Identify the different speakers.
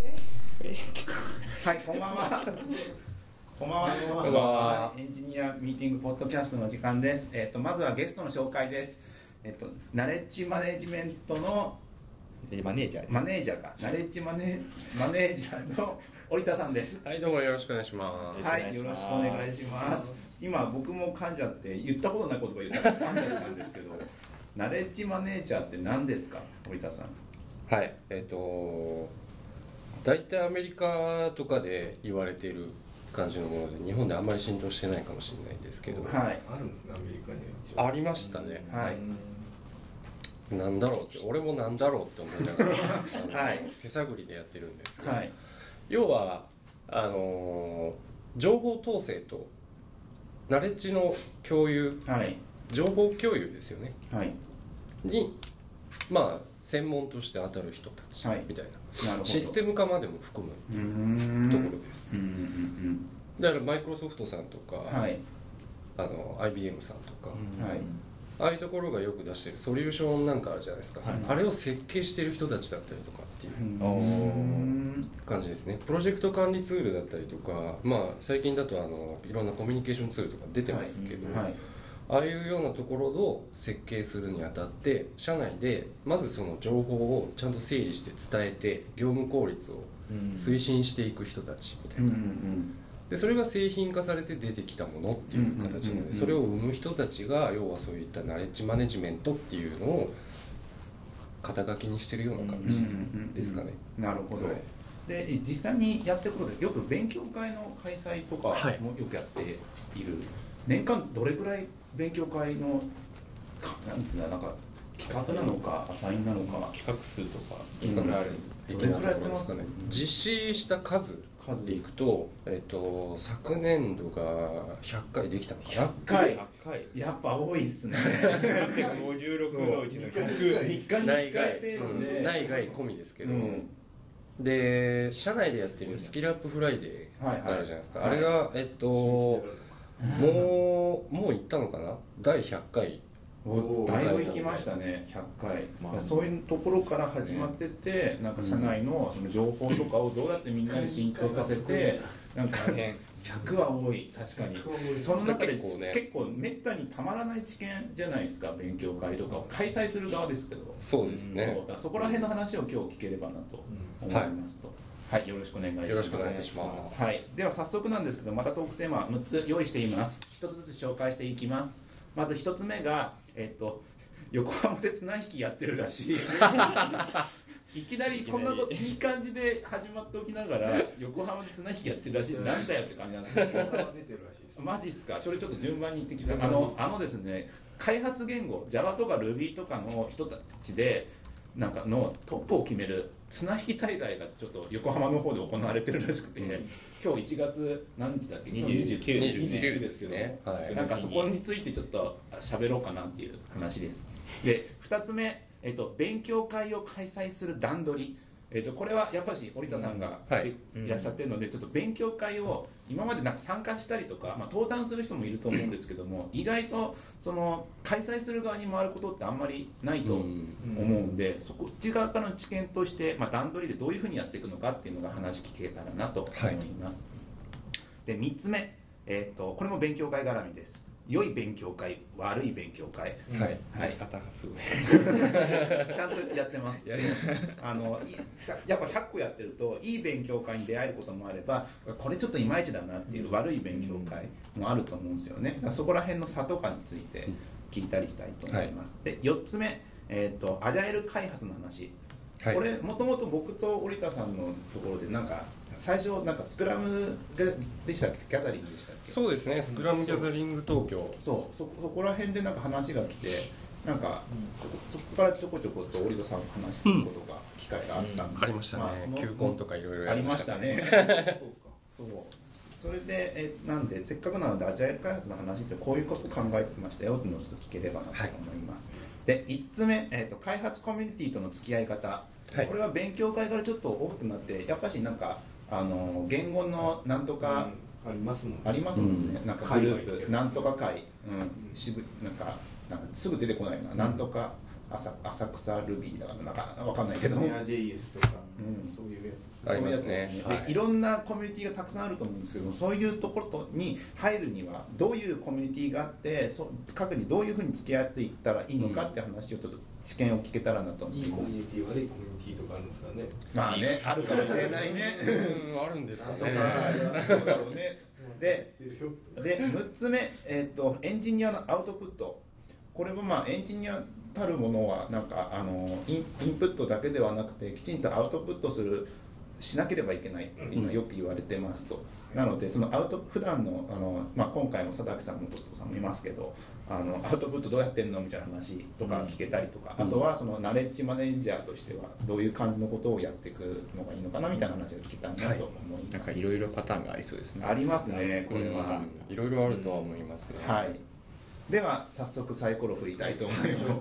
Speaker 1: えーっ
Speaker 2: はい、こんばんは。こんばんは。こん
Speaker 1: こんばんは
Speaker 2: エンジニアミーティングポッドキャストの時間です。えっ、と、まずはゲストの紹介です。えっ、と、ナレッジマネジメントの
Speaker 1: とでマネージャーです
Speaker 2: マネージャーか、ナレッジマネ、マネージャーの織田さんです。
Speaker 3: はい、どうもよろしくお願いしま
Speaker 1: よろしくお願いします
Speaker 2: は
Speaker 3: す。
Speaker 2: い、よろしくお願いします。今僕も噛んじゃって言ったことない言葉言ったから噛んじゃったんですけど、ナレッジマネージャーって何ですか、織田さん。
Speaker 3: はい、えっ、と、大体アメリカとかで言われている感じのもので、日本であんまり浸透してないかもしれないですけど、
Speaker 2: はい。
Speaker 4: あるんですねアメリカには一応
Speaker 3: ありましたね。
Speaker 2: はい。
Speaker 3: なんだろうって、俺もなんだろうって思いながら、あの
Speaker 2: はい
Speaker 3: 手探りでやってるんですけど、
Speaker 2: はい。
Speaker 3: 要はあのー情報統制とナレッジの共有、
Speaker 2: はい。
Speaker 3: 情報共有ですよね。
Speaker 2: はい。
Speaker 3: にまあ専門として当たる人たち
Speaker 2: はい
Speaker 3: みたいな、
Speaker 2: なるほど。
Speaker 3: システム化までも含む
Speaker 2: うーん。
Speaker 3: ところです
Speaker 2: うんうんうん
Speaker 3: だからマイクロソフトさんとか、
Speaker 2: うん。はい。
Speaker 3: あの IBM さんとか、
Speaker 2: はい。
Speaker 3: ああいうところがよく出してるソリューションなんかあるじゃないですか、
Speaker 2: はい
Speaker 3: あれを設計してる人たちだったりとかっていう
Speaker 1: あ
Speaker 2: うん
Speaker 3: 感じですねプロジェクト管理ツールだったりとかまあ最近だとあのいろんなコミュニケーションツールとか出てますけど、
Speaker 2: はい。
Speaker 3: ああいうようなところを設計するにあたって社内でまずその情報をちゃんと整理して伝えて業務効率を推進していく人たちみた
Speaker 2: うん
Speaker 3: い
Speaker 2: う
Speaker 3: な、
Speaker 2: ん
Speaker 3: でそれが製品化されて出てきたものっていう形な
Speaker 2: うんうんうん
Speaker 3: の
Speaker 2: うん
Speaker 3: でそれを生む人たちが要はそういったナレッジマネジメントっていうのを肩書きにしてるような感
Speaker 2: うん。
Speaker 3: じ
Speaker 2: うんうんうん
Speaker 3: ですかね。
Speaker 2: なるほど
Speaker 3: はい。
Speaker 2: で実際にやってることでよく勉強会の開催とか
Speaker 3: はい
Speaker 2: もよくやっている。年間どれくらい勉強会のかなんていうのなんか企画なのかアサインなのか
Speaker 4: 企画数とか
Speaker 2: どれくらいある
Speaker 3: い
Speaker 2: ど
Speaker 3: く
Speaker 2: れ
Speaker 3: ら
Speaker 2: くらいやってます
Speaker 3: か
Speaker 2: かね
Speaker 3: ね。実施した数
Speaker 2: 数
Speaker 3: でいくと、えっと、昨年度が100回できたのかな
Speaker 2: 回
Speaker 4: 100回
Speaker 2: やっぱ多いですね。
Speaker 4: 356のうちの100
Speaker 2: 一回に
Speaker 3: 内
Speaker 2: 一回
Speaker 3: 外
Speaker 2: ペース
Speaker 3: うん
Speaker 2: で。
Speaker 3: 内外込みですけど、
Speaker 2: うん
Speaker 3: で社内でやってるスキルアップフライデー
Speaker 2: はいはい
Speaker 3: があるじゃないですか、
Speaker 2: はい
Speaker 3: あれがえっともうもう行ったのかな第100回
Speaker 2: おだいぶ行きましたね100回、
Speaker 4: まあ
Speaker 2: そういうところから始まってて、なんか社内のその情報とかをどうやってみんなに浸透させてなんか100は多い確かにその中で
Speaker 3: 結
Speaker 2: 結
Speaker 3: 構
Speaker 2: 構,、
Speaker 3: ね
Speaker 2: めったにたまらない知見じゃないですか勉強会とかを開催する側ですけど
Speaker 3: そうです
Speaker 2: そう
Speaker 3: ね
Speaker 2: だからそこら辺の話を今日聞ければなと思いますと、はいよろしくお願いします
Speaker 3: よろしくお願いいたします、
Speaker 2: はい、では早速なんですけどまたトークテーマ6つ用意しています1つずつ紹介していきますまず1つ目がえっと横浜で綱引きやってるら しいいきなりこんなこといい感じで始まっておきながら横浜で綱引きやってるらしいなんだよって感じなんですけど
Speaker 4: 出てるらしいです
Speaker 2: マジっすか、それちょっと順番に言ってきた、あの、あのですね、開発言語、Java とか Ruby とかの人たちで、なんかのトップを決める綱引き大会がちょっと横浜の方で行われてるらしくて、今日1月何日だっけ、
Speaker 4: 29
Speaker 2: です
Speaker 3: ね
Speaker 2: 29ですけど、
Speaker 3: はい
Speaker 2: なんかそこについてちょっと喋ろうかなっていう話です。で、2つ目、えっと、勉強会を開催する段取り。えっと、これはやっぱり織田さんが
Speaker 3: うんはい
Speaker 2: いらっしゃってるので、ちょっと勉強会を今までなんか参加したりとか、まあ、登壇する人もいると思うんですけども意外とその開催する側に回ることってあんまりないと思
Speaker 3: うん
Speaker 2: うんで、そこっち側からの知見として、まあ、段取りでどういうふうにやっていくのかっていうのが話聞けたらなと思
Speaker 3: はい
Speaker 2: います。で3つ目、えっとこれも勉強会絡みです良い勉強会悪い勉強会
Speaker 3: はい
Speaker 4: やり方がすごい
Speaker 2: ちゃんと やってますあのいやっぱ100個やってるといい勉強会に出会えることもあればこれちょっといまいちだなっていう悪い勉強会もあると思うんですよねだからそこら辺の差とかについて聞いたりしたいと思います、で4つ目、えー、とアジャイル開発の話
Speaker 3: はい
Speaker 2: これもともと僕と織田さんのところでなんか最初なんかスクラムがでしたっけギャザリングでしたっけ
Speaker 3: そうですねスクラムギャザリング東京
Speaker 2: そうそそこら辺でなんか話が来てなんかちょこそこからちょこちょこと織田さんと話することが、機会があったんで、
Speaker 3: ありましたね
Speaker 2: あその
Speaker 3: 球根とかいろいろや
Speaker 2: あ
Speaker 3: り
Speaker 2: り
Speaker 3: ま
Speaker 2: ま
Speaker 3: し
Speaker 2: したた
Speaker 3: ね
Speaker 2: ねそうかそうそれでえなんでせっかくなのでアジャイル開発の話ってこういうこと考えてましたよっていうのをちょっと聞ければなと思います、で5つ目、えー、と開発コミュニティとの付き合い方、
Speaker 3: はい
Speaker 2: これは勉強会からちょっと多くなってやっぱしなんかあの言語のなんとか、
Speaker 4: うんありますもん
Speaker 2: ありますもんね、
Speaker 4: うん
Speaker 2: なんかグル
Speaker 4: 海外行
Speaker 2: ー
Speaker 4: って
Speaker 2: プ
Speaker 4: る
Speaker 2: なんとか会、うん、しぶなんかなんかすぐ出てこないな、なんとか浅浅草ルビーだからなんかわかんないけど、
Speaker 4: ソニア JS とか、
Speaker 2: うん
Speaker 4: そういうやつです
Speaker 3: あ
Speaker 4: ね
Speaker 3: りますね
Speaker 2: そういうやつ
Speaker 3: はい
Speaker 2: でいろんなコミュニティがたくさんあると思うんですけどもそういうところに入るにはどういうコミュニティがあってそ各にどういうふうに付き合っていったらいいのかって話をちょっと試験を聞けたらなと思い
Speaker 4: いい
Speaker 2: ます。
Speaker 4: コミュニティ悪いコミュニティとかあるんですかね
Speaker 2: まあね、あるかもしれない ね。
Speaker 3: あるんですか
Speaker 2: とか
Speaker 3: ね。、
Speaker 2: そうだろうね。で、
Speaker 4: 知ってるよ
Speaker 2: で6つ目、えっとエンジニアのアウトプットこれもまあエンジニアたるものはなんかあのインインプットだけではなくてきちんとアウトプットするしなければいけないっていうのはよく言われてますと、なのでそのアウト普段のあの、まあ、今回も佐々木さんも後藤さんもいますけどあのアウトプットどうやってんのみたいな話とか聞けたりとか、あとはそのナレッジマネージャーとしてはどういう感じのことをやっていくのがいいのかなみたいな話が聞けたらなと思います、
Speaker 5: なんかいろいろパターンがありそうですね。
Speaker 2: ありますねこれは。
Speaker 3: いろいろあるとは思いますね。
Speaker 2: はい。では早速サイコロ振りたいと思います。